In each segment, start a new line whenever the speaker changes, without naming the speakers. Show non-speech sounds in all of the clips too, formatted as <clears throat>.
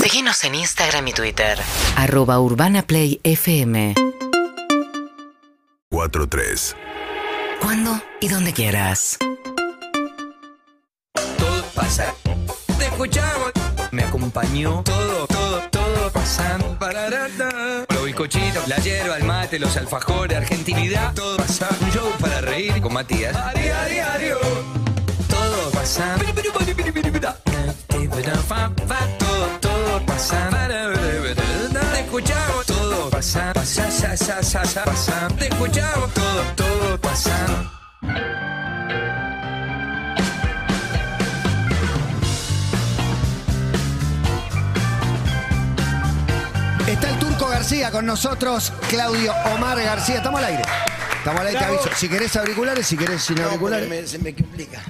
Seguinos en Instagram y Twitter.
Arroba Urbana Play FM.
4-3.
Cuando y donde quieras.
todo pasa. Te escuchaba, me acompañó todo, todo, todo pasando. Pararata. Los bizcochitos, la hierba, el mate, los alfajores, argentinidad, todo pasa. Un show para reír con Matías. Ari, ari, ario. Todo pasa. Piri, piri, piri, piri, piri, piri. Fa, fa, Todo, todo pasa. Para, para, para, para. Te escuchamos, todo pasa. Pasa, sa, sa, sa, sa, pasa. Te escuchamos, todo, todo pasa.
Está el Turco García con nosotros, Claudio Omar García. Estamos al aire. Estamos al aire, te aviso. Si querés auriculares, si querés sin
<laughs>
auriculares.
se me complica.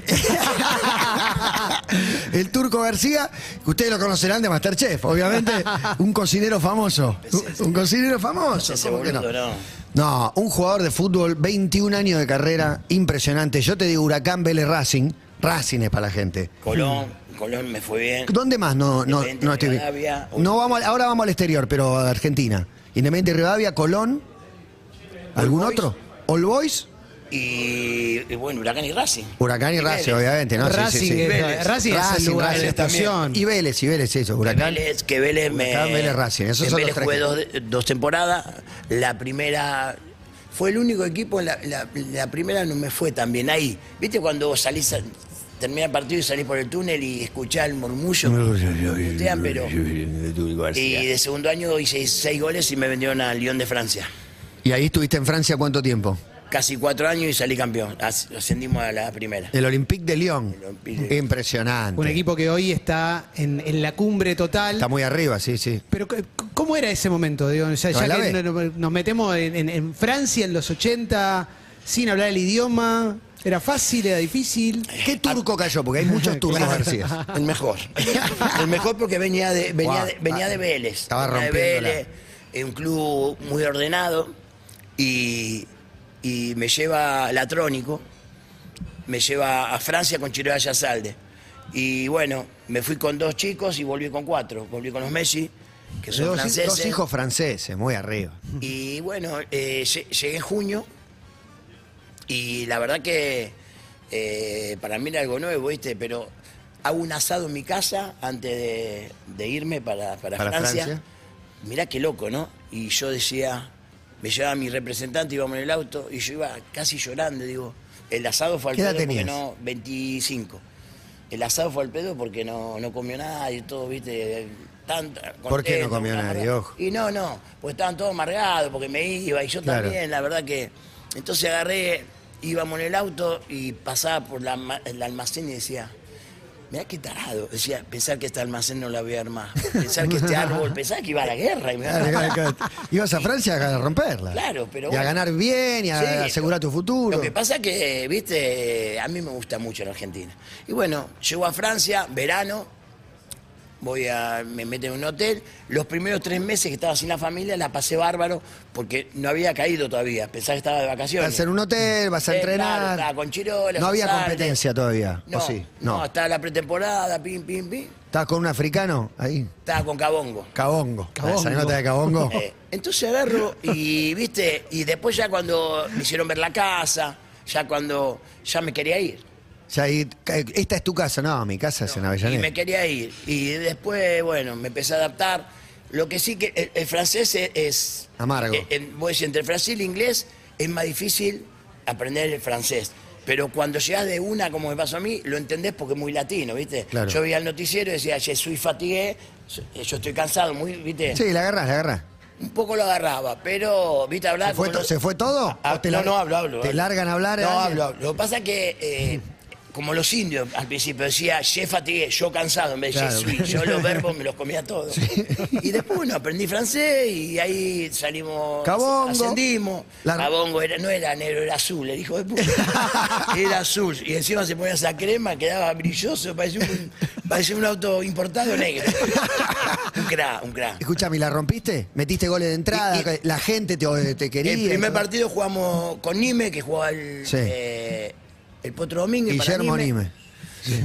el Turco García, que ustedes lo conocerán de Masterchef, obviamente. Un cocinero famoso. Un- Un cocinero famoso.
Ese
¿cómo que no?
boludo, no.
No, un jugador de fútbol, 21 años de carrera, impresionante. Yo te digo Huracán Vélez Racing. Racing es para la gente.
<laughs> Colón, Colón me fue bien.
¿Dónde más no, no,
Independiente
no estoy bien?
Rivadavia.
No vamos, al- ahora vamos al exterior, pero a Argentina. Independiente Rivadavia, Colón. ¿Algún
Boys.
otro? All Boys,
Y, y bueno, Huracán y Racing.
Huracán y Racing, obviamente. ¿no? Sí, sí,
Racing,
sí.
es-
Vélez.
Racing es el lugar de la
también.
estación.
Y Vélez, y Vélez, eso,
Que
Huracán.
Vélez, que Vélez me.
Huracán, Vélez, Racing. Esos
que
son los
Vélez
tres
jugué
que-
dos, dos temporadas. La primera. Fue el único equipo, en la, la- la primera no me fue tan bien ahí. ¿Viste cuando vos salís, a- termina el partido y salís por el túnel y escuchás el murmullo? Putean, pero- Y de segundo año hice seis goles y me vendieron al Lyon de Francia.
¿Y ahí estuviste en Francia cuánto tiempo?
Casi cuatro años y salí campeón. As- Ascendimos a la primera.
El Olympique de Lyon.
El Olympique de-
Impresionante.
Un equipo que hoy está en, en la cumbre total.
Está muy arriba, sí, sí.
Pero, c- ¿cómo era ese momento? Digo, ya
No,
ya
la
que
ve.
no- no- nos metemos en, en- en Francia en los 80, sin hablar el idioma. ¿Era fácil? ¿Era difícil?
¿Qué turco cayó? Porque hay muchos turcos
<laughs>
García. <laughs>
El mejor. El mejor porque venía de, venía de, venía de Vélez.
Estaba
Venía de
rompiéndola.
Vélez, eh, un club muy ordenado. Y, y me lleva Latrónico, me lleva a Francia con Chiroya Yazalde. Y bueno, me fui con dos chicos y volví con cuatro. Volví con los Messi, que son
Dos,
franceses.
dos hijos franceses, muy arriba.
Y bueno, eh, lle- llegué en junio y la verdad que eh, para mí era algo nuevo, ¿viste? Pero hago un asado en mi casa antes de, de irme para, para,
Para
Francia.
Francia.
Mirá qué loco, ¿no? Y yo decía, me llevaba mi representante, íbamos en el auto y yo iba casi llorando, digo, el asado fue al
¿Qué edad
pedo porque
tenías?
no, 25. El asado fue al pedo porque no, no comió nada y todo, ¿viste? Tanto,
¿Por qué no
contento,
comió
una
nadie?
amarga-
Ojo.
Y no, no, pues estaban todos amargados porque me iba y yo
Claro.
también, la verdad que. Entonces agarré, íbamos en el auto y pasaba por la ma- el almacén y decía, mirá qué tarado. Decía, pensar que este almacén no la voy a armar, pensar que este árbol, pensar que iba a la guerra. Y me
<laughs> Claro, claro, claro. Ibas a Francia a romperla.
Claro, pero
Y a
bueno.
ganar bien y a
Sí,
asegurar tu futuro.
Lo que pasa que, viste, a mí me gusta mucho la Argentina. Y bueno, llego a Francia, verano, voy a, me meten en un hotel. Los primeros tres meses que estaba sin la familia la pasé bárbaro porque no había caído todavía. Pensaba que estaba de vacaciones.
Vas en un hotel, vas a
Eh, claro,
entrenar.
estaba con Chirola,
no había
González.
competencia todavía.
No,
¿o sí?
no,
No.
estaba la pretemporada, pim, pim, pim.
¿Estabas con un africano ahí?
Estaba con Cabongo.
Cabongo.
Cabongo.
Esa nota de Cabongo.
<laughs> Eh, entonces agarro y, viste, y después ya cuando me hicieron ver la casa, ya cuando ya me quería ir.
Ya ahí- esta es tu casa. No, mi casa es en
Y
Avellaneda.
me quería ir. Y después, bueno, me empecé a adaptar. Lo que sí que eh, el, el francés es... es-
Amargo.
eh, eh, voy a decir, entre el francés y el inglés es más difícil aprender el francés. Pero cuando llegas de una, como me pasó a mí, lo entendés porque es muy latino, ¿viste?
Claro.
Yo veía el noticiero y decía, je suis fatigué, eh, yo estoy cansado, muy, ¿viste?
Sí, la agarrás, la agarrás.
Un poco lo agarraba, pero, ¿viste? Hablaba
¿Se fue,
como
to-
lo-
se fue todo?
Ah,
¿O te
no,
lar-
no, hablo, hablo.
¿Te
hablo.
largan a hablar?
No,
a alguien?
hablo, hablo. Lo que pasa es que, eh, como los indios al principio, decía, je fatigué, yo cansado, en vez de
Claro.
je suis.
<laughs>
Yo los verbos me los comía todos. Y después, bueno, aprendí francés y ahí salimos,
Cabongo.
ascendimos.
La-
Cabongo era, no era negro, era azul, el hijo
<laughs>
de puta. Era azul. Y encima se ponía esa crema, quedaba brilloso, parecía un, parecía un auto
<laughs>
importado negro. Un cra, un cra.
Escuchame, ¿y ¿la rompiste? ¿Metiste goles de entrada?
Y-
¿La gente te, te quería?
El primer
¿no?
partido jugamos con Nime, que jugaba el,
Sí.
eh, el Potro Domínguez. para
Guillermo Nime.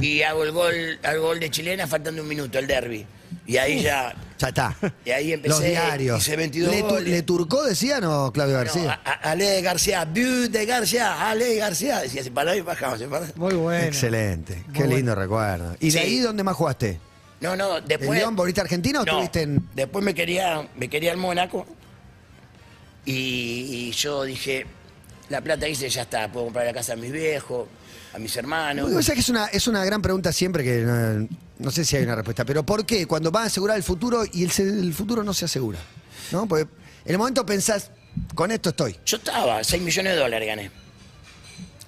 Y hago el gol, al gol de Chilena faltando un minuto, el derby. Y ahí ya.
Ya está.
Y ahí empecé,
Los diarios.
hice 22
¿Le,
goles.
le turcó, decían o Claudio García?
No, a- a- Ale García, de García, Ale García. Decía, se paraba y bajaba, se paraba.
Muy bueno.
Excelente. Qué lindo recuerdo. ¿Y de
Sí.
ahí dónde más jugaste?
No, no,
¿En
después.
León, Borita Argentina o
No,
estuviste en.?
Después me quería, me quería el Mónaco. Y, y yo dije, la plata hice, ya está, puedo comprar la casa a mis viejos, a mis hermanos.
O sea que es una, es una gran pregunta siempre que no, no sé si hay una respuesta, pero ¿por qué cuando vas a asegurar el futuro y el, se- el futuro no se asegura? ¿No? Porque en el momento pensás, con esto estoy.
Yo estaba, 6 millones de dólares gané.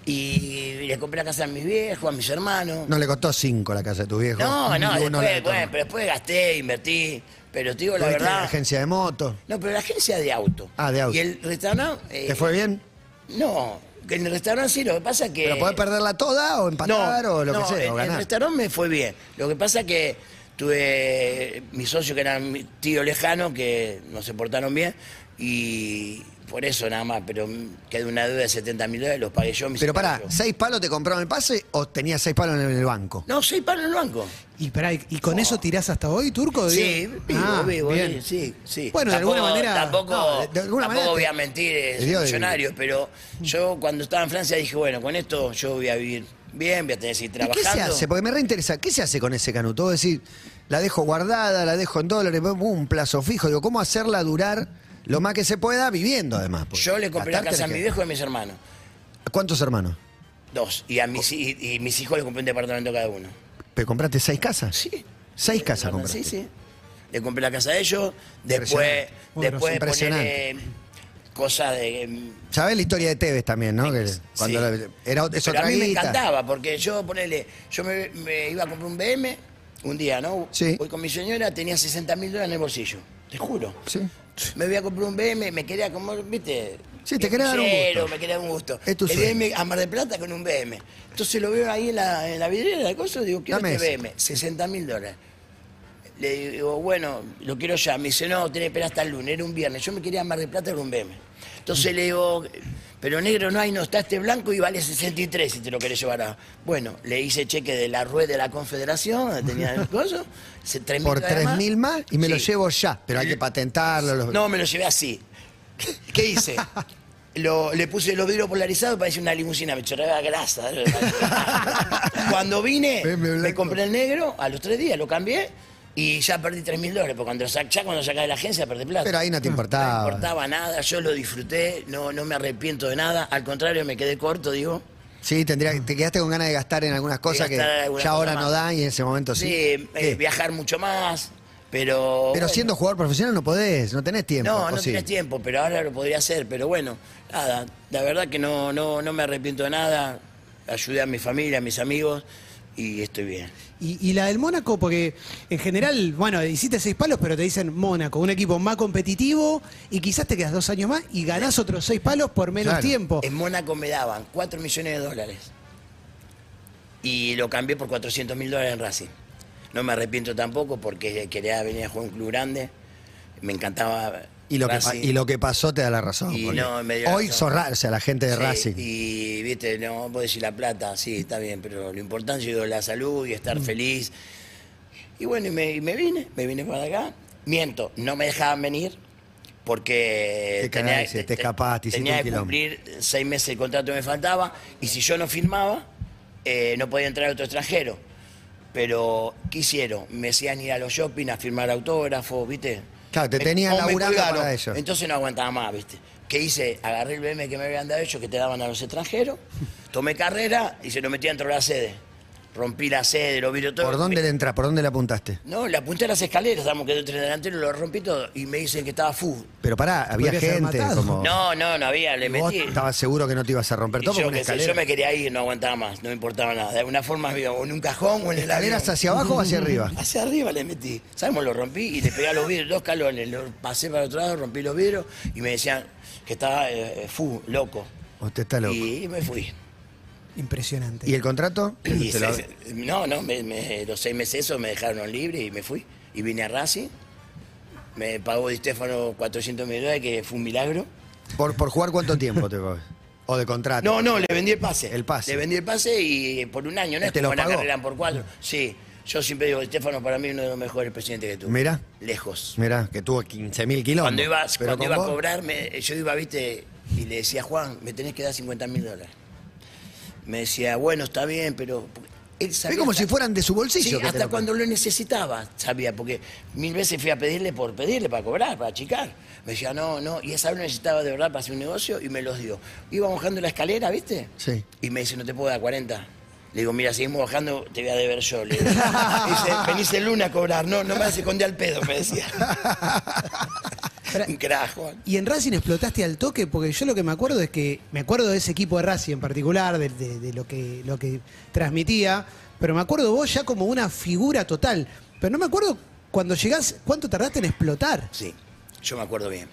Y le compré la casa a mis viejos, a mis hermanos.
No le costó cinco la casa de tu viejo.
No, no,
Ninguno
después,
la tomó.
bueno, pero después gasté, invertí. Pero te digo la
Tuviste
verdad.
agencia de motos.
No, pero la agencia de auto.
Ah, de auto.
Y el restaurante. eh,
¿Te fue bien?
No, que en el restaurante sí, lo que pasa que.
¿Pero podés perderla toda o empatar o lo que sea?
Eh, en-
o
en el
ganar.
restaurante me fue bien. Lo que pasa que tuve mis socios que eran mi tío lejano, que no se portaron bien, y por eso nada más, pero quedé una deuda de 70 mil dólares, los pagué yo. mis
Pero pará,
socios.
¿seis palos te compraron el pase o tenías seis palos en el banco?
No, seis palos en el banco.
Y, pará, ¿y- ¿y con eso tirás hasta hoy, Turco?
Sí,
Digo.
vivo,
Ah,
vivo,
bien.
sí, sí.
Bueno, de alguna manera-
Tampoco,
no, de- de alguna
tampoco
manera te-
voy a mentir, es
te dio de
millonario, pero yo cuando estaba en Francia dije, bueno, con esto yo voy a vivir bien, voy a tener que seguir
¿Y
trabajando.
qué se hace? Porque me reinteresa, ¿qué se hace con ese canuto? Vos decís, la dejo guardada, la dejo en dólares, pum, un plazo fijo. Digo, ¿cómo hacerla durar lo más que se pueda viviendo además? Porque
Yo le compré la
gastar
casa a
tenés
mi
que-
viejo y a mis hermanos,
¿Cuántos hermanos?
dos, y a mis, y, y mis hijos le compré un departamento a cada uno.
¿Pero compraste seis casas?
Sí.
Seis casas compraste.
Sí, sí. Le compré la casa a ellos, después,
Impresionante.
Bueno,
después
impresionante.
poner eh, cosas de... mm,
¿Sabés la historia de Tevez también, no? Que cuando
Sí.
la- era, es
Pero
otra
a mí me
guita.
encantaba, porque yo, ponele, yo me, me iba a comprar un BM un día, ¿no?
Sí.
Voy con mi señora, tenía 60 mil dólares en el bolsillo, te juro.
Sí.
Me voy a comprar un BM, me quería comprar, ¿viste?
Sí, te quería dar un
Crucero,
gusto.
me quería dar un gusto.
Es tu
el
sueño.
BM a Mar del Plata con un BM. Entonces lo veo ahí en la, en la vidriera de cosas, digo, quiero
Dame
este
ese.
BM, 60 mil dólares. Le digo, bueno, lo quiero ya. Me dice, no, tenés que esperar hasta el lunes, era un viernes. Yo me quería ir a Mar del Plata con un BM. Entonces le digo, pero negro no hay, no está este blanco y vale 63 si te lo querés llevar a. Bueno, le hice cheque de la rueda de la Confederación, donde
<laughs>
tenía el coso, se- tres mil
Por
dólares
tres mil más y me lo
Sí.
llevo ya. Pero hay que patentarlo. los-
No, me lo llevé así. ¿Qué hice? Lo- le puse los vidrios polarizados, parecía una limusina, me chorreaba grasa. Cuando vine,
Veme blanco.
me compré el negro, a los tres días lo cambié y ya perdí tres mil dólares, porque cuando lo sa- ya cuando lo sacaba de la agencia perdí plata.
Pero ahí no te importaba.
No importaba nada, yo lo disfruté, no, no me arrepiento de nada, al contrario me quedé corto, digo.
Sí, tendría, te quedaste con ganas de gastar en algunas cosas que
gastar alguna
ya
cosa
ahora
más.
no dan y en ese momento sí.
Sí, eh,
¿Qué?
viajar mucho más, pero...
Pero
bueno.
siendo jugador profesional no podés, no tenés tiempo.
No,
¿o
no
sí?
tenés tiempo, pero ahora lo podría hacer. Pero bueno, nada, la verdad que no, no, no me arrepiento de nada. Ayudé a mi familia, a mis amigos y estoy bien.
Y, y la del Mónaco, porque en general, bueno, hiciste seis palos, pero te dicen Mónaco, un equipo más competitivo, y quizás te quedas dos años más y ganás otros seis palos por menos
Claro.
tiempo.
En Mónaco me daban 4 millones de dólares y lo cambié por 400 mil dólares en Racing. No me arrepiento tampoco porque quería venir a jugar a un club grande. Me encantaba.
Y lo, que, pa-
Racing.
y lo que pasó te da la razón.
Y
porque
no, me dio
hoy
razón.
sos ra- o sea, la gente de
Sí,
Racing.
Y viste, no, vos decís la plata, sí, está bien, pero lo importante es la salud y
Mm.
estar feliz. Y bueno, y me, y me vine, me vine para acá. Miento, no me dejaban venir porque
Te cagaste, te escapaste, hiciste
tenía
un
que
quilombo.
cumplir seis meses el contrato que me faltaba y si yo no firmaba, eh, no podía entrar otro extranjero. Pero, ¿qué hicieron? Me hacían ir a los shopping a firmar autógrafos, ¿viste?
Claro, te
Me-
tenían
o me
laburando
colgaron.
para ello.
Entonces no aguantaba más, ¿viste? ¿Qué hice? Agarré el BM que me habían dado ellos, que te daban a los extranjeros, tomé carrera y se lo metí dentro de la sede. Rompí la sede, lo viro todo.
¿Por dónde le entras? ¿Por dónde le apuntaste?
No, le apunté a las escaleras, estábamos quedó tres delanteros, lo rompí todo y me dicen que estaba full.
Pero pará, había
Podrías haber
gente
matado.
como.
No, no, no había, le
y vos
metí.
estabas seguro que no te ibas a romper
Y
todo
yo,
como una
qué sé,
escalera.
yo me quería ir, no aguantaba más, no me importaba nada. De alguna forma, vivo, o en un cajón o en el avión.
¿Escaleras hacia abajo o
<laughs>
hacia arriba?
Hacia arriba le metí. ¿Sabemos? Lo rompí y le pegué a los vidrios, dos calones. Lo pasé para el otro lado, rompí los vidrios y me decían que estaba eh, fu, loco.
Usted está loco. ¿Y,
Y
<clears throat>
me fui.
Impresionante.
el contrato?
<clears throat> Y
Te lo-
se- se- no, no, me- me- los seis meses eso me dejaron libre y me fui. Y vine a Racing. Me pagó Di Stefano 400 mil dólares, que fue un milagro.
por, ¿Por jugar cuánto tiempo te pagas? ¿O de contrato?
No, no, le vendí el pase.
Ah, El pase.
Le vendí el pase y por un año, ¿no?
¿Te
Es
lo
como la
pagó?
carrera por cuatro. Sí. Yo siempre digo, Estefano para mí uno de los mejores presidentes que tuve.
Mirá.
Lejos.
Mirá, que tuvo 15.000 kilos.
Cuando iba, cuando iba a
cobrar
cobrar, me- yo iba, viste, y le decía, Juan, me tenés que dar 50 mil dólares. Me decía, bueno, está bien, pero... Él sabía
Es como
hasta-
si fueran de su
Sí,
bolsillo. que te
hasta
lo-
cuando lo necesitaba, sabía, porque mil veces fui a pedirle por pedirle, para cobrar, para achicar. Me decía, no, no, y esa vez lo necesitaba de verdad para hacer un negocio y me los dio. Iba bajando la escalera, ¿viste?
Sí.
Y me dice, no te puedo dar 40. Le digo, mira, seguimos bajando, te voy a deber
<laughs>
yo. Le digo. Me dice, venís el lunes a cobrar, no, no me vas a esconder al pedo, me
<laughs>
decía. un crajo.
Y en Racing explotaste al toque, porque yo lo que me acuerdo es que, me acuerdo de ese equipo de Racing en particular, de, de- de lo, que, lo que transmitía, pero me acuerdo vos ya como una figura total. Pero no me acuerdo cuando llegás, cuánto tardaste en explotar.
Sí, yo me acuerdo bien.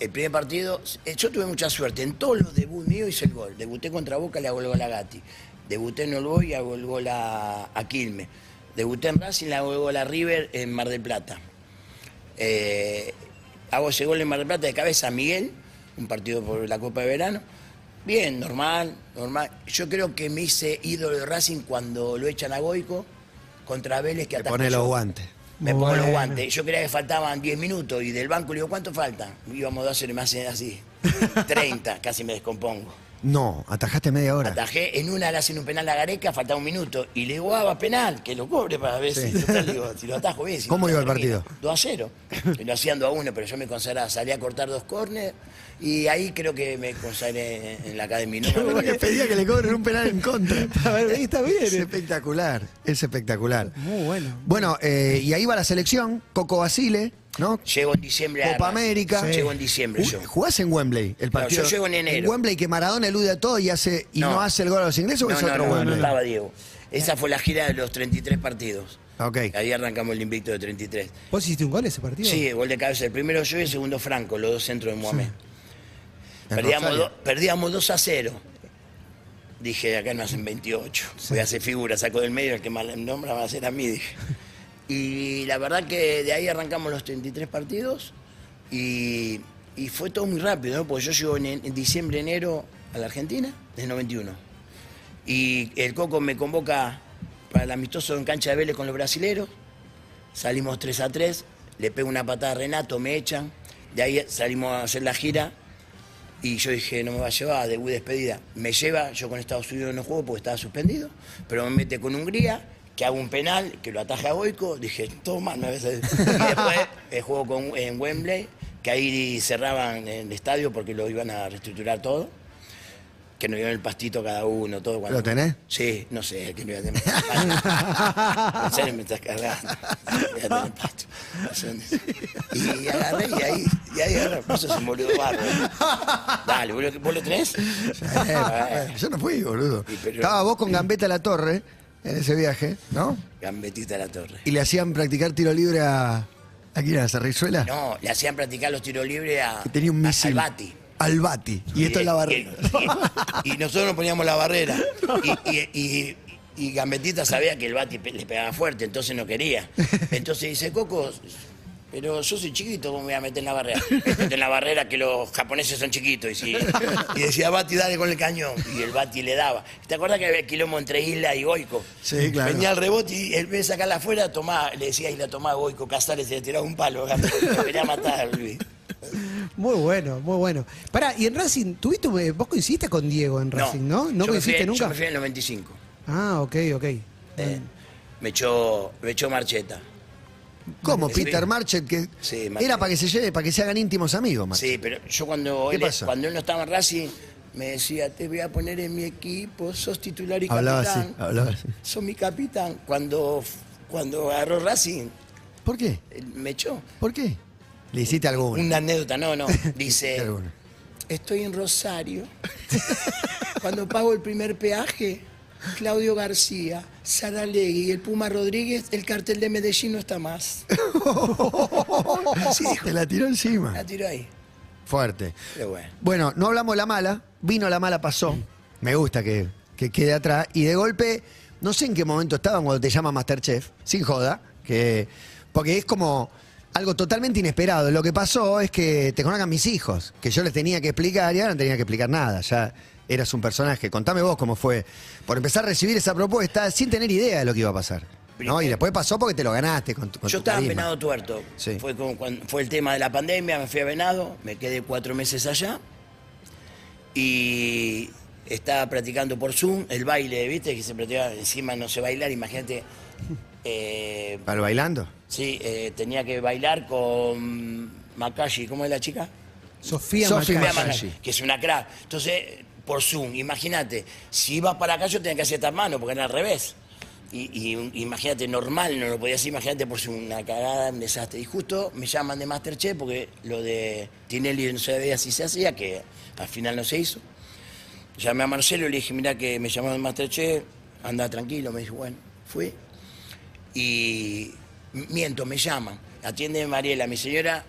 El primer partido, eh, yo tuve mucha suerte. En todos los debuts míos hice el gol. Debuté contra Boca, le hago el gol a Gatti. Debuté en Olboy y hago el gol a, a Quilmes. Debuté en Racing, le hago el gol a River en Mar del Plata. Eh, hago ese gol en Mar del Plata de cabeza a Miguel, un partido por la Copa de Verano. Bien, normal, normal. Yo creo que me hice ídolo de Racing cuando lo echan a Goico contra Vélez que
Te
ataca
pone
yo.
los guantes.
Me pongo los
Bueno.
guantes. Yo creía que faltaban 10 minutos y del banco le digo, ¿cuánto falta? Íbamos a hacer más
<laughs>
así. 30, casi me descompongo.
No, atajaste media hora. <laughs>
Atajé, en una le hacen un penal a Gareca, faltaba un minuto. Y le digo, ah, va penal, que lo cobre para ver si, total, digo, si lo atajo bien. si
¿Cómo
no,
iba el
termino".
partido?
2 a
<laughs>
0. Y lo hacían 2 a 1, pero yo me consagraba. Salí a cortar dos córner y ahí creo que me consagré en- en la academia.
<laughs>
No me acuerdo
Bueno,
qué-
pedía que le cobren un penal en contra. <laughs>
A ver, ahí está bien.
Es espectacular, es espectacular.
Muy bueno.
Bueno, eh, y ahí va la selección, Coco Basile, ¿no?
Llego en diciembre a
Copa
Racing.
América.
Llego en diciembre
Uy,
yo.
¿Jugás en Wembley el partido?
yo llego en enero.
Wembley que Maradona elude a todo y hace y no,
No.
hace el gol a los ingleses o es
no,
otro
no, no,
Wembley?
estaba Diego. Esa fue la gira de los 33 partidos.
Ok.
Ahí arrancamos el invicto de 33.
¿Vos hiciste un gol ese partido?
Sí, gol de cabeza. El primero yo y el segundo Franco, los dos centros de Mohamed.
En
Perdíamos,
Rosario.
do- perdíamos 2 a 0. Dije, acá no hacen 28. Voy a hacer figura, saco del medio, el que mal nombra va a ser a mí, dije. Y la verdad que de ahí arrancamos los 33 partidos y, y fue todo muy rápido, ¿no? Porque yo llego en, en diciembre, enero a la Argentina, del 91. Y el Coco me convoca para el amistoso en cancha de Vélez con los brasileros. Salimos 3 a 3, le pego una patada a Renato, me echan. De ahí salimos a hacer la gira y yo dije, no me va a llevar, debut despedida. Me lleva, yo con Estados Unidos no juego porque estaba suspendido, pero me mete con Hungría, que hago un penal, que lo ataja a Goico. Dije, toma, no ves. Y después eh, juego con, en Wembley, que ahí cerraban el estadio porque lo iban a reestructurar todo. Que nos dieron el pastito cada uno, todo. Cuando...
¿Lo tenés?
Sí, no sé, que me iba a tener.
<laughs>
En serio, me estás cargando. Me iba a tener pasto. No sé dónde es. Y agarré y ahí, y ahí agarré. Vos sos un boludo barro. Dale, boludo, ¿vos lo tenés?
Eh, yo no fui, boludo.
Y pero-
Estaba vos con Gambetta a la torre en ese viaje, ¿no?
Gambetita la torre.
Y le hacían practicar tiro libre a. ¿A quién era? ¿A Cerrizuela?
No, le hacían practicar los tiros libres a,
Que tenía un
a-
misil.
al Bati.
Al Bati. Y, esto es la barrera.
Eh, Y, y nosotros nos poníamos la barrera. Y, y- y- y Gambetita sabía que el Bati pe- le pegaba fuerte, entonces no quería. Entonces dice, Coco, pero yo soy chiquito, ¿cómo me voy a meter en la barrera? Mete en la barrera que los japoneses son chiquitos. Y, si- y decía, Bati, dale con el cañón. Y el Bati le daba. ¿Te acuerdas que había quilombo entre Isla y Goico?
Sí, claro.
Venía al rebote y él vez de sacarla afuera, tomá, le decía a Isla, tomá, Goico, Casares, se le tiraba un palo. Lo quería matar, Luis.
Muy bueno, muy bueno. Pará, y en Racing, ¿tuviste, un- eh, vos coincidiste con Diego en Racing, ¿no?
yo me
¿No
fui-
coincidiste
Yo
nunca?
me fui en el 95.
Ah, ok, ok.
Eh, me, echó, me echó Marcheta.
¿Cómo?
Sí.
Peter Marchett, que
Sí, Marchett.
era para que se lleve, para que se hagan íntimos amigos, Marchett.
Sí, pero yo cuando
¿Qué
él,
pasó?
cuando él no estaba en Racing, me decía, te voy a poner en mi equipo, sos titular y
Hablaba
capitán.
así, ah. hablaba así.
Sos mi capitán. Cuando, cuando agarró Racing,
¿Por qué?
él me echó.
¿Por qué? Le hiciste alguna.
Una anécdota,
<laughs>
no, no. Dice, <laughs>
Alguna.
estoy en Rosario. <laughs> Cuando pago el primer peaje, Claudio García, Sara Legui y el Puma Rodríguez, el cartel de Medellín no está más.
<laughs> Te la tiró encima.
La tiró ahí.
Fuerte.
Pero bueno.
Bueno, no hablamos de la mala. Vino la mala, pasó. Me gusta que, que quede atrás. Y de golpe, no sé en qué momento estaban cuando te llama Masterchef, sin joda, que porque es como algo totalmente inesperado. Lo que pasó es que te conozcan mis hijos, que yo les tenía que explicar y ahora no tenía que explicar nada. Ya eras un personaje. Contame vos cómo fue. Por empezar a recibir esa propuesta sin tener idea de lo que iba a pasar. ¿no? Y después pasó porque te lo ganaste con tu con
Yo
tu
estaba en
carisma.
Venado Tuerto.
Sí.
Fue, como cuando- fue el tema de la pandemia, me fui a Venado, me quedé cuatro meses allá y estaba practicando por Zoom el baile, ¿viste? Que se practicaba, encima no sé
<laughs>
bailar, imagínate. Eh,
¿Para el bailando?
sí, eh, tenía que bailar con Makashi, ¿cómo es la chica?
Sofía
Sofía
Macaya.
Macaya. Makashi.
que es una crack. Entonces, por Zoom, imagínate, si ibas para acá yo tenía que hacer esta mano, porque era al revés. Y, y un- imagínate, normal, no lo podías hacer, imagínate, por Zoom, una cagada, un desastre. Y justo me llaman de Masterchef porque lo de Tinelli no sabía si se hacía, que al final no se hizo. Llamé a Marcelo y le dije, mira que me llamaron de Masterchef, anda tranquilo. Me dijo, bueno, fui. Y miento, me llaman. Atiende Mariela, mi señora,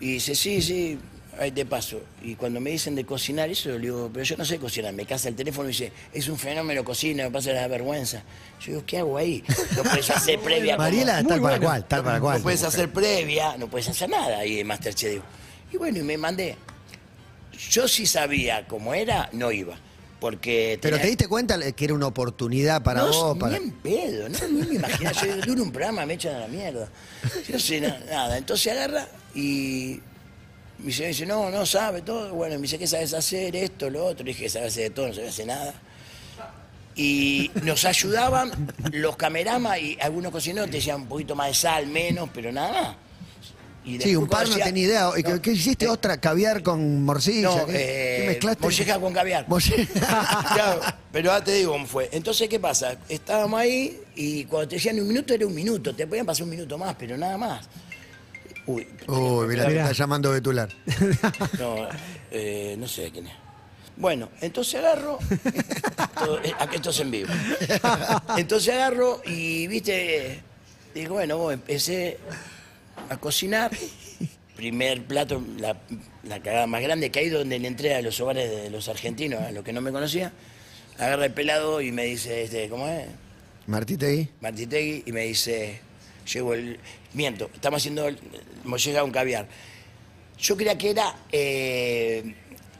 y dice, sí, sí, ahí te paso. Y cuando me dicen de cocinar eso, le digo, pero yo no sé cocinar. Me casa el teléfono y dice, es un fenómeno cocina, me pasa la vergüenza. Yo digo, ¿qué hago ahí? No puedes
<laughs>
hacer previa. como-
Mariela, tal para cual, tal para cual.
no puedes hacer previa, no puedes hacer nada ahí en Masterchef. Digo, Y bueno, y me mandé. Yo sí sabía cómo era, no iba. Porque
Pero
tenía-
te diste cuenta que era una oportunidad para
Eh, no,
vos,
ni
para...
en pedo, no, ni me imaginaba. Yo digo, duro un programa, me echan a la mierda. Yo sé, na- nada. Entonces agarra y mi señor dice, no, no sabe todo. Bueno, me dice, ¿qué sabes hacer? Esto, lo otro. Le dije, sabes hacer de todo, no sabes hacer nada. Y nos ayudaban los cameramas y algunos cocineros te decían un poquito más de sal, menos, pero nada más. Y
Sí,
después
un par
cuando
no
hacía-
tenía idea. ¿Y ¿Qué, qué hiciste otra? ¿Caviar con morcilla?
No,
¿Qué,
eh,
qué mezclaste? <laughs>
molleja con caviar.
Molleja.
<laughs> Claro, pero ahora te digo cómo fue. Entonces, ¿qué pasa? Estábamos ahí y cuando te decían un minuto era un minuto, te podían pasar un minuto más, pero nada más. Uy,
Uy, mirá, te
Mirá.
está llamando Betular.
<laughs> no, eh, no sé quién es. Bueno, entonces agarro. <laughs> Todo- eh, aquí esto es en vivo. Entonces agarro y, viste, digo, bueno, vos, empecé a cocinar. Primer plato, la, la cagada más grande que hay donde le entré a los hogares de los argentinos, a los que no me conocían. Agarra el pelado y me dice, este, ¿cómo es?
Martí Tegui.
Martitegui y me dice, llevo el... Miento, estamos haciendo el- molleja un caviar. Yo creía que era, eh,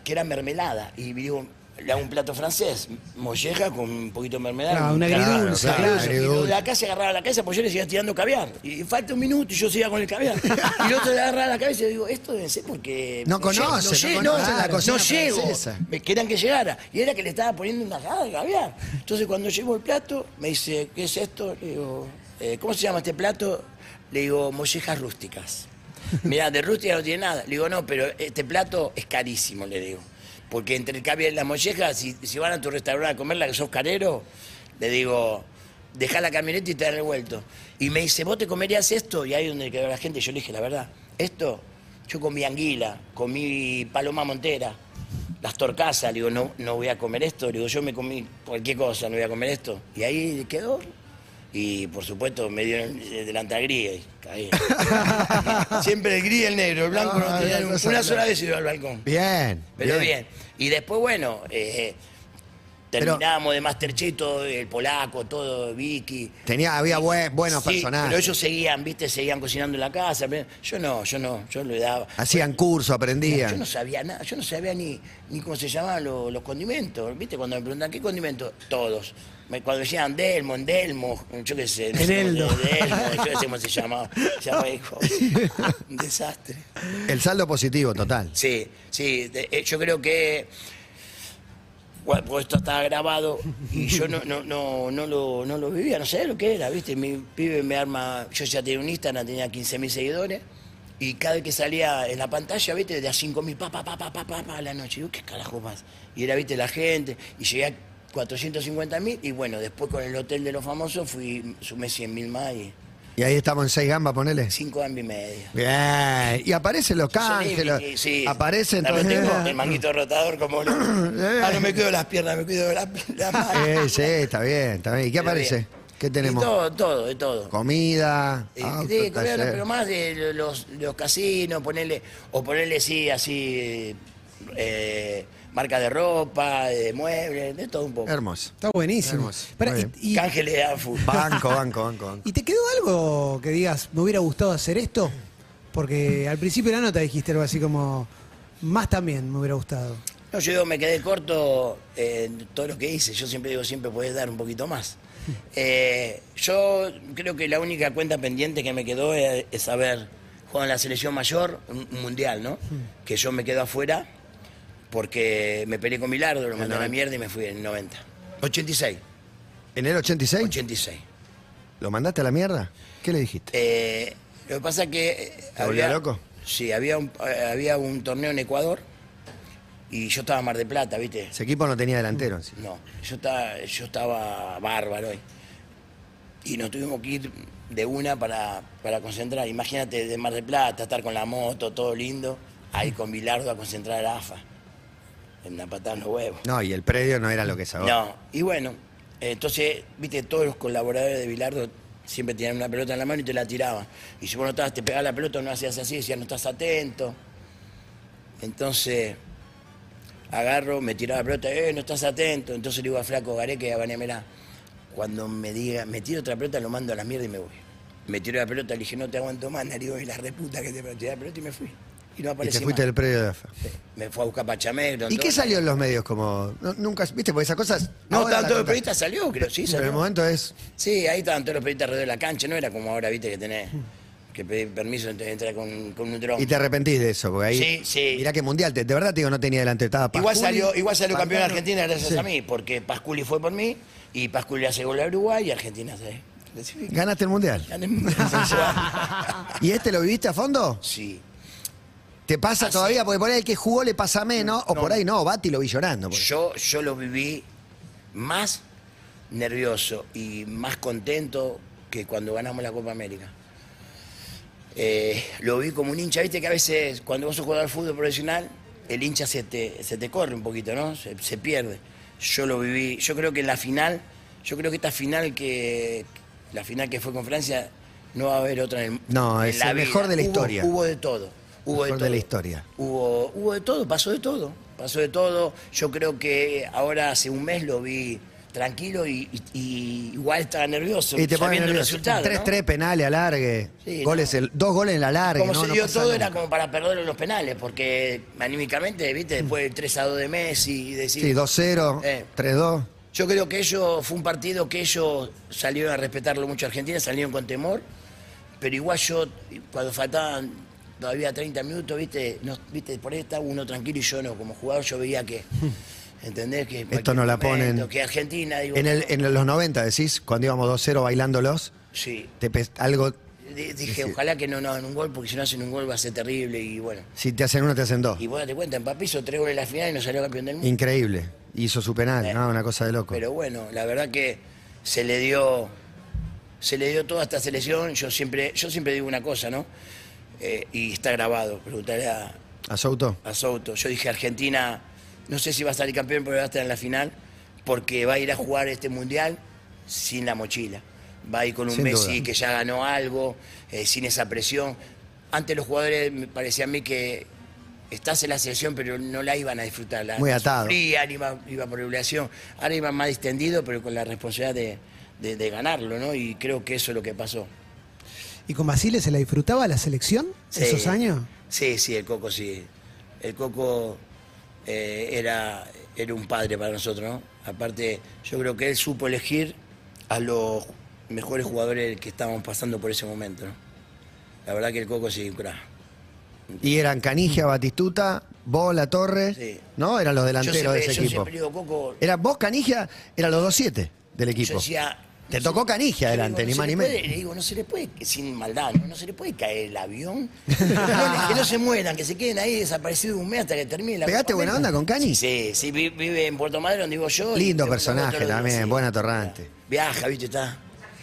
que era mermelada y digo, le hago un plato francés, molleja con un poquito de mermelada.
Claro, una
Claro,
agridulce,
claro,
claro.
Ah, agridulce.
Y lo de acá se agarraba la cabeza, pues yo le seguía tirando caviar. Y falta un minuto y yo seguía con el caviar. Y el otro le agarraba la cabeza y digo, esto debe ser porque.
No conoce,
lle-
no
lle-
conoce la cocina
Ah, no llego.
francesa.
Me querían que llegara. Y era que le estaba poniendo una cagada de caviar. Entonces cuando llevo el plato, me dice, ¿qué es esto? Le digo, "Eh, ¿cómo se llama este plato? Le digo, mollejas rústicas. Mirá, de rústica no tiene nada. Le digo, no, pero este plato es carísimo, le digo. Porque entre el caviar y las mollejas, si, si van a tu restaurante a comerla, que sos carero, le digo, dejá la camioneta y te da revuelto. Y me dice, ¿vos te comerías esto? Y ahí es donde quedó la gente, yo le dije, la verdad, esto, yo comí anguila, comí paloma montera, las torcasas, le digo, no, no voy a comer esto, le digo, yo me comí cualquier cosa, no voy a comer esto. Y ahí quedó. Y por supuesto me dieron eh, delante al gris y
<laughs>
caí. Siempre el gris y el negro, el blanco no,
Ah,
tenía
no
un-
sabe.
Una sola vez iba al balcón.
Bien.
Pero bien. Y después, bueno, eh, eh,
Pero-
terminamos de Masterchef, todo, el polaco, todo, Vicky.
Tenía, había buen- buenos
Sí,
personajes.
Pero ellos seguían, viste, seguían cocinando en la casa. pero Yo no, yo no, yo le daba.
Hacían curso, aprendían.
Yo no sabía nada, yo no sabía ni, ni cómo se llamaban lo- los condimentos. ¿Viste? Cuando me preguntan, ¿qué condimentos? Todos. Me- cuando decían Delmo, Endelmo, yo qué sé. no sé cómo-
Eneldo.
Endelmo, yo qué sé cómo se llamaba. Se llamaba hijo. Un desastre.
El saldo positivo, total.
Sí, sí, de- eh, yo creo que. Bueno, pues esto estaba grabado y yo no, no, no, no, lo, no lo vivía, no sé lo que era, ¿viste? Mi pibe me arma. Yo ya tenía un Instagram, tenía 15.000 seguidores y cada vez que salía en la pantalla, ¿viste? De a 5.000, pa, pa, pa, pa, pa, pa, pa, a la noche. Digo, ¿qué carajo más? Y era, ¿viste? La gente y llegué a 450.000 y bueno, después con el Hotel de los Famosos fui, sumé 100.000 más y
Y ahí estamos en seis gambas, ponele.
5 años y medio.
Bien. Y aparecen los canjes. los-
Sí, sí.
Aparecen
Ya lo
todos- <laughs>
tengo, el manguito
<clears throat>
rotador como lo- Ah, no me cuido las piernas, me cuido las
<laughs>
la manos.
Eh, sí, está bien, está bien. ¿Y qué aparece? ¿Qué
De
tenemos? Ah,
todo, todo, de todo.
Comida.
Eh,
auto,
sí, coreano,
taller.
pero más de los, los casinos, ponerle, o ponerle sí, así, eh, marca de ropa, de muebles, de todo un poco.
Hermoso.
Está buenísimo.
Hermoso,
Pará,
muy bien.
y, y-
Canje le da fútbol.
Banco, banco, banco, banco.
<laughs>
¿Y te quedó algo que digas, me hubiera gustado hacer esto? Porque al principio de la nota dijiste algo así como, más también me hubiera gustado.
eh,
<laughs>
No, yo digo, me quedé corto en todo lo que hice. Yo siempre digo, siempre podés dar un poquito más. Eh, yo creo que la única cuenta pendiente que me quedó es, es haber jugado en la selección mayor, un, un mundial, ¿no? Que yo me quedo afuera porque me peleé con Milardo, lo mandé a la mierda y me fui en el 90. 86.
¿En el 86?
86.
¿Lo mandaste a la mierda? ¿Qué le dijiste?
Eh, lo que pasa es que. eh,
¿Te volvió loco?
Sí, había un, eh, había un torneo en Ecuador y yo estaba en Mar de Plata, ¿viste?
Ese equipo no tenía delantero. en sí.
No, yo estaba, yo estaba bárbaro ahí. Y nos tuvimos que ir de una para, para concentrar. Imagínate de Mar de Plata, estar con la moto, todo lindo, ahí con Bilardo a concentrar a AFA. En una patada en los huevos.
No, y el predio no era lo que es ahora.
No, y bueno, entonces, viste, todos los colaboradores de Bilardo siempre tenían una pelota en la mano y te la tiraban. Y si vos no estabas, te pegaba la pelota, no hacías así, decías, no estás atento. Entonces, agarro, me tiraba la pelota, eh, no estás atento. Entonces le digo a Flaco Gareca y a Vanemela, cuando me diga, me tiro otra pelota, lo mando a la mierda y me voy. Me tiró la pelota, le dije, no te aguanto más, nariz, y la reputa que te tiré la pelota y me fui. Y no
y
aparecí
te fuiste
más.
del predio de AFA.
Me fue a buscar Pachamero.
¿Y qué salió en los medios? Como, no- nunca, viste, porque esas cosas...
No,
ahora
estaban
la
todos los
contás.
periodistas, salió, creo, sí,
Pero
salió.
el momento es...
Sí, ahí estaban todos los periodistas alrededor de la cancha, no era como ahora, viste, que tenés que pedir permiso antes de entrar con, con un dron.
Y te arrepentís de eso, porque ahí...
Sí, sí.
Mirá que mundial, te- de verdad te digo, no tenía delantero, estaba
Igual
Pasculi.
salió, igual salió campeón de
Pantano.
Argentina gracias
Sí.
a mí, porque Pasculi fue por mí y Pasculi hace gol a Uruguay y Argentina se clasifica.
Ganaste el mundial.
Gané muy sensual.
¿Y este lo viviste a fondo?
<laughs> Sí.
¿Te pasa
Ah,
todavía? Porque por ahí el que jugó le pasa menos, o por ahí no, Bati lo vi llorando. por
Yo, yo lo viví más nervioso y más contento que cuando ganamos la Copa América. Eh, lo vi como un hincha, viste que a veces cuando vos sos jugador de fútbol profesional, el hincha se te, se te corre un poquito, ¿no? Se, se pierde. Yo lo viví, yo creo que en la final, yo creo que esta final que, la final que fue con Francia, no va a haber otra en el
No,
en
es
la
el mejor
vida.
de la
Hubo-
historia.
Hubo de todo. Hubo de,
Mejor de
todo.
la historia.
Hubo, hubo de todo, pasó de todo. Pasó de todo. Yo creo que ahora hace un mes lo vi tranquilo y, y- y igual estaba nervioso.
Y te
ya
ponen
viendo el
nervioso.
resultado, ¿no?
3-3 penales, alargue.
Sí,
goles,
no.
el- dos goles en la alargue.
Como
no,
se
no
dio
pasa
todo,
nada.
era como para perder en los penales, porque anímicamente, viste, después del 3 a 2 de Messi y decir.
Mm. Sí, 2-0,
Eh.
3-2.
Yo creo que ellos, fue un partido que ellos salieron a respetarlo mucho a Argentina, salieron con temor, pero igual yo, cuando faltaban todavía 30 minutos, viste, no, viste por ahí estaba uno tranquilo y yo no, como jugador yo
<laughs>
veía que, ¿entendés? Que en
Esto
cualquier
no la
momento,
ponen.
Que Argentina, digo,
En, el- en los 90, decís, cuando íbamos 2-0 bailándolos,
sí.
te pe- algo,
Di- Dije, ojalá que no nos hagan un gol, porque si no hacen un gol va a ser terrible y bueno.
si te hacen uno, te hacen dos.
Y vos date cuenta, en hizo tres goles en la final y no salió campeón del mundo.
Increíble. Hizo su penal,
Eh.
¿no? Una cosa de loco.
Pero bueno, la verdad que se le dio se le dio toda esta selección. Yo siempre yo siempre digo una cosa, ¿no? Eh, y está grabado. Preguntaré a,
¿A Souto?
a Souto. Yo dije Argentina, no sé si va a salir campeón, pero va a estar en la final porque va a ir a jugar este mundial sin la mochila. Va a ir con un
Sin
Messi
duda.
que ya ganó algo, eh, sin esa presión. Antes los jugadores me parecía a mí que estás en la selección, pero no la iban a disfrutar. La
Muy atado.
sufrían, iba, iba por obligación. Ahora iban más distendido, pero con la responsabilidad de, de- de ganarlo, ¿no? Y creo que eso es lo que pasó.
¿Y con Basile se la disfrutaba la selección
Sí.
esos años?
Sí, sí, el Coco sí. El Coco eh, era, era un padre para nosotros, ¿no? Aparte, yo creo que él supo elegir a los mejores jugadores que estábamos pasando por ese momento, ¿no? La verdad que el Coco sí, un crack.
Y eran Canigia, Batistuta, vos, La Torre,
Sí.
¿no? Eran los
Yo
delanteros
siempre,
de ese
yo
equipo.
siempre digo, Coco,
Era vos, Canigia, eran los dos siete del
yo
equipo.
decía...
Te tocó Canigia
yo
adelante,
digo,
ni
no
más
se
ni
le puede-
menos.
Le digo, no se le puede, sin maldad, no, No se le puede caer
<laughs>
el avión. que no se mueran, que se queden ahí desaparecidos un mes hasta que termine la
¿Pegaste
Copa
buena onda
América.
con Cani?
Sí, sí, vi- vive en Puerto Madero, donde vivo yo.
Lindo
y te encuentro
personaje
todos los días,
también,
sí.
buen atorrante.
Viaja, viste, está,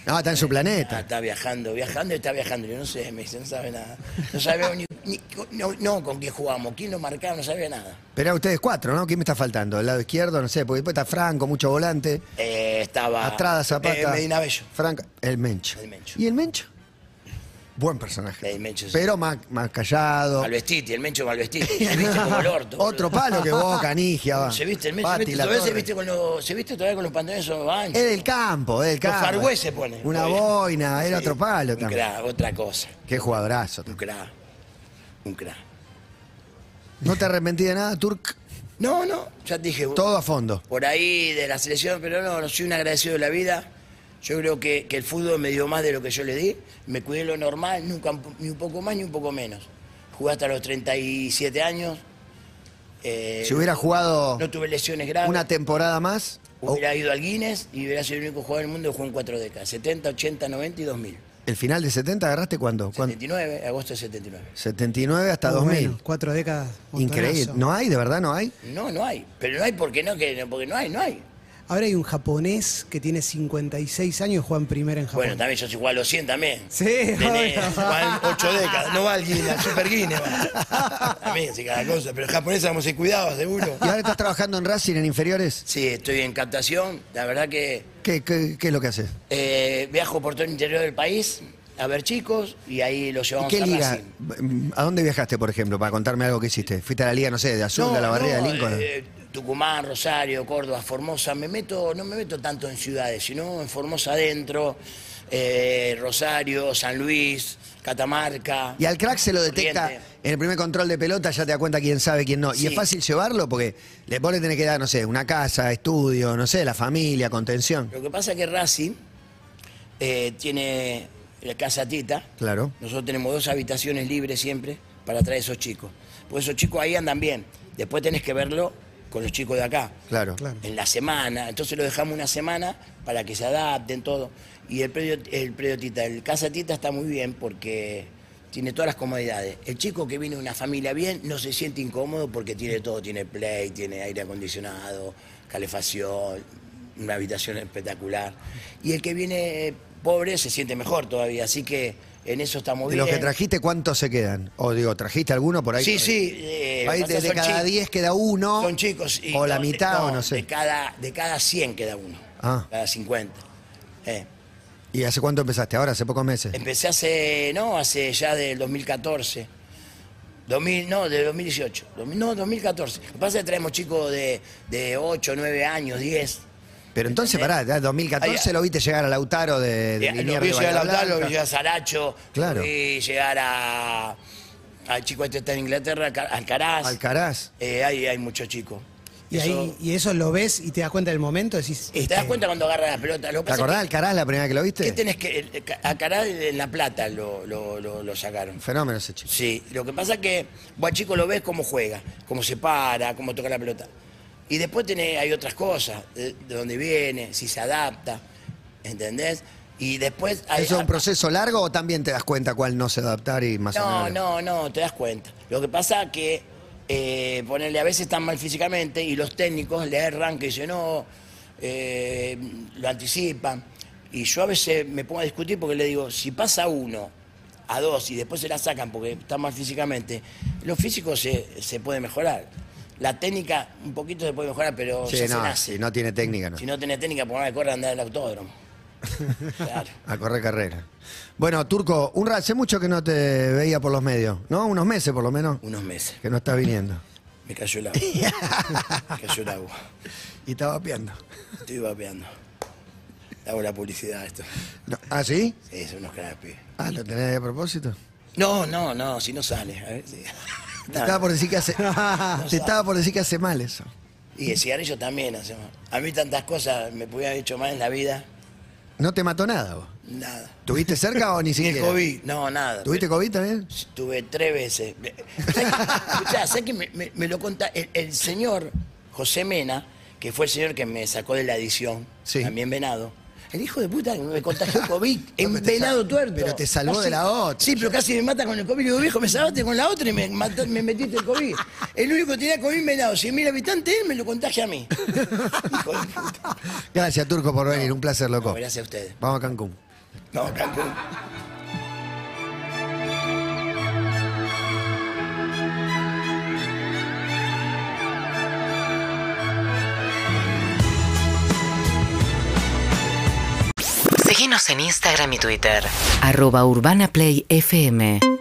No, Ah, está en su
está,
planeta.
está viajando, viajando y está viajando. Yo no sé, me dice, no sabe nada.
<laughs>
No sabemos ni, ni- no, no con quién jugamos, quién lo marcaba, no sabía nada.
Pero a ustedes cuatro, ¿no? ¿Quién me está faltando? ¿El lado izquierdo? No sé, porque después está Franco, mucho volante.
Eh, estaba.
Astrada, Zapata.
eh, Medina Bello.
Franco, el Mencho.
El Mencho.
¿Y el Mencho? Buen personaje.
El Mencho, sí.
Pero más, más callado.
Malvestiti, el Mencho Malvestiti.
<laughs>
Se viste como el orto. boludo.
Otro palo que vos,
<laughs>
Canigia. va.
Se viste, el Mencho
Pati,
se viste-
La
todavía se
Torre.
viste, con los, se viste todavía con los pantalones esos anchos.
Es del campo, es del
Los
campo.
fargüés se pone.
Una
Oye.
boina, era
Sí.
otro palo
Un
también.
cra, otra cosa.
Qué jugadorazo.
Un cra. Un cra.
No te arrepentí de nada, Turk.
No, no, ya te dije.
Todo a fondo.
por ahí de la selección, pero no, no soy un agradecido de la vida. Yo creo que, que el fútbol me dio más de lo que yo le di. Me cuidé lo normal, nunca un po- ni un poco más ni un poco menos. Jugué hasta los 37 años. eh,
Si hubiera jugado
no tuve lesiones graves.
una temporada más, o-
Hubiera ido al Guinness y hubiera sido el único jugador del mundo que jugó en cuatro décadas. 70, 80, 90 y 2000.
el final de 70 agarraste cuándo? ¿Cuándo?
79, agosto de 79.
79 hasta
Más o
2000.
menos, cuatro décadas. montonazo.
Increíble. ¿No hay? ¿De verdad no hay?
No, no hay. Pero no hay porque no, que, no, porque no hay, no hay.
Ahora hay un japonés que tiene 56 años y juega en primera en Japón.
Bueno, también yo soy igual a los 100 también.
Sí,
Tenés,
obvio.
van ocho décadas. No va al Guinness, al
<laughs>
Super Guinness. va. También, sí, cada cosa. Pero el japonés vamos a ser cuidados, seguro.
¿Y ahora estás trabajando en Racing, en inferiores?
Sí, estoy en captación. La verdad que
¿Qué, qué, qué es lo que haces?
eh, viajo por todo el interior del país a ver chicos y ahí los
¿Y
llevamos
qué
a
liga?
Racing.
¿A dónde viajaste, por ejemplo, para contarme algo que hiciste? ¿Fuiste a la liga, no sé, de Azul, de la Barrera, de Lincoln?
eh, Tucumán, Rosario, Córdoba, Formosa. Me meto, no me meto tanto en ciudades, sino en Formosa adentro, eh, Rosario, San Luis, Catamarca.
Y al crack se lo detecta
Corriente.
en el primer control de pelota, ya te da cuenta quién sabe, quién no. Y
Sí.
es fácil llevarlo porque le pone tener que dar, no sé, una casa, estudio, no sé, la familia, contención.
Lo que pasa es que Racing eh, tiene la casa Tita.
Claro.
Nosotros tenemos dos habitaciones libres siempre para traer esos chicos. Pues esos chicos ahí andan bien. Después tenés que verlo con los chicos de acá.
Claro.
Claro.
En la semana. Entonces lo dejamos una semana para que se adapten todo. Y el predio, el predio Tita, el casa Tita está muy bien porque tiene todas las comodidades. El chico que viene de una familia bien no se siente incómodo porque tiene todo, tiene play, tiene aire acondicionado, calefacción, una habitación espectacular. Y el que viene eh, pobre se siente mejor todavía, así que en eso estamos
De
bien.
los que trajiste, ¿cuántos se quedan? O digo, ¿trajiste alguno por ahí?
Sí, sí. eh,
Ahí
pasa,
de, de
son
cada
chi-
10 queda uno.
Son chicos. y
o la
no, de-
mitad, o no
De
sé.
cada, de cada 100 queda uno.
Ah.
Cada 50. Eh,
¿Y hace cuánto empezaste? Ahora, hace pocos meses.
Empecé hace, no, hace ya del 2014. 2000, no, de 2018. 2000, no, 2014. Lo que pasa es que traemos chicos de, de 8, 9 años, 10.
Pero entonces, pará, ya 2014
Ahí-
lo viste llegar a Lautaro de, de
Eh,
Liniers
Lo
de
vi llegar a
Bahía
Lautaro, lo vi
Blanca.
llegar a Saracho.
Claro.
Y llegar a. Al chico este está en Inglaterra, Alca- Alcaraz.
Alcaraz.
Eh, hay, hay muchos chicos.
y,
Eso-
ahí, y eso lo ves y te das cuenta del momento. Decís, "Este,
Te das cuenta cuando agarra la pelota.
este.
Lo que
¿Te
pasa es
acordás de Alcaraz la primera vez que lo
que- ¿Qué
viste?
tenés que.? A Caral en La Plata lo, lo- lo- lo sacaron.
Fenómeno ese chico.
Sí, lo que pasa es que vos al chico lo ves cómo juega, cómo se para, cómo toca la pelota. Y después tenés, hay otras cosas, de, de dónde viene, si se adapta, ¿entendés? Y después hay.
¿Eso es un proceso largo o también te das cuenta cuál no se adaptar y más o
No,
menos?
no, no, te das cuenta. Lo que pasa es que eh, ponerle a veces están mal físicamente y los técnicos le erran que dicen no, eh, lo anticipan. Y yo a veces me pongo a discutir porque le digo, si pasa uno a dos y después se la sacan porque está mal físicamente, los físicos se, se puede mejorar. La técnica un poquito se puede mejorar, pero
Sí,
ya se
no,
nace.
si no tiene técnica, no.
Si no tenés técnica, por más que corra, andar al
<laughs>
autódromo. Claro.
A correr carrera. Bueno, Turco, un ra- hace mucho que no te veía por los medios, ¿no? Unos meses por lo menos,
Unos meses.
que no estás viniendo.
Me cayó el agua.
<laughs>
Me cayó el agua.
Y estaba vapeando.
Estoy vapeando. Hago la publicidad a esto.
No, ¿Ah, sí?
Sí, son unos cracks, pibe.
Ah, ¿lo tenés ahí a propósito?
No, no, no, si no sale. A <laughs> ver, sí.
Te estaba por decir que
<laughs>
hace. te estaba por decir que hace mal eso.
Y el cigarrillo también hacemos. A mí tantas cosas me pudiera haber hecho mal en la vida.
No te mató nada vos.
Nada.
¿Tuviste cerca o ni
Ni el
siquiera?
COVID. No, nada.
¿Tuviste COVID también?
Tuve tres veces. Escuchá, ¿sabés que me, me- me lo conta? El, el señor José Mena, que fue el señor que me sacó de la edición,
Sí.
también venado. El hijo de puta
<laughs>
me contagió COVID
pero
en
te
venado
sal-
tuerto.
pero te salvó de la otra.
Sí, pero casi me mata con el COVID. Le digo, viejo, me salvaste con la otra y me, mató- me metiste el COVID. El único que tenía COVID en venado, 100.000 habitantes, él me lo contagia a mí. <laughs> Hijo de puta.
Gracias, Turco, por venir. Un placer,
No,
loco.
gracias a ustedes.
Vamos a Cancún.
No, Cancún.
Síguenos en Instagram y Twitter.
arroba urbanaplayfm.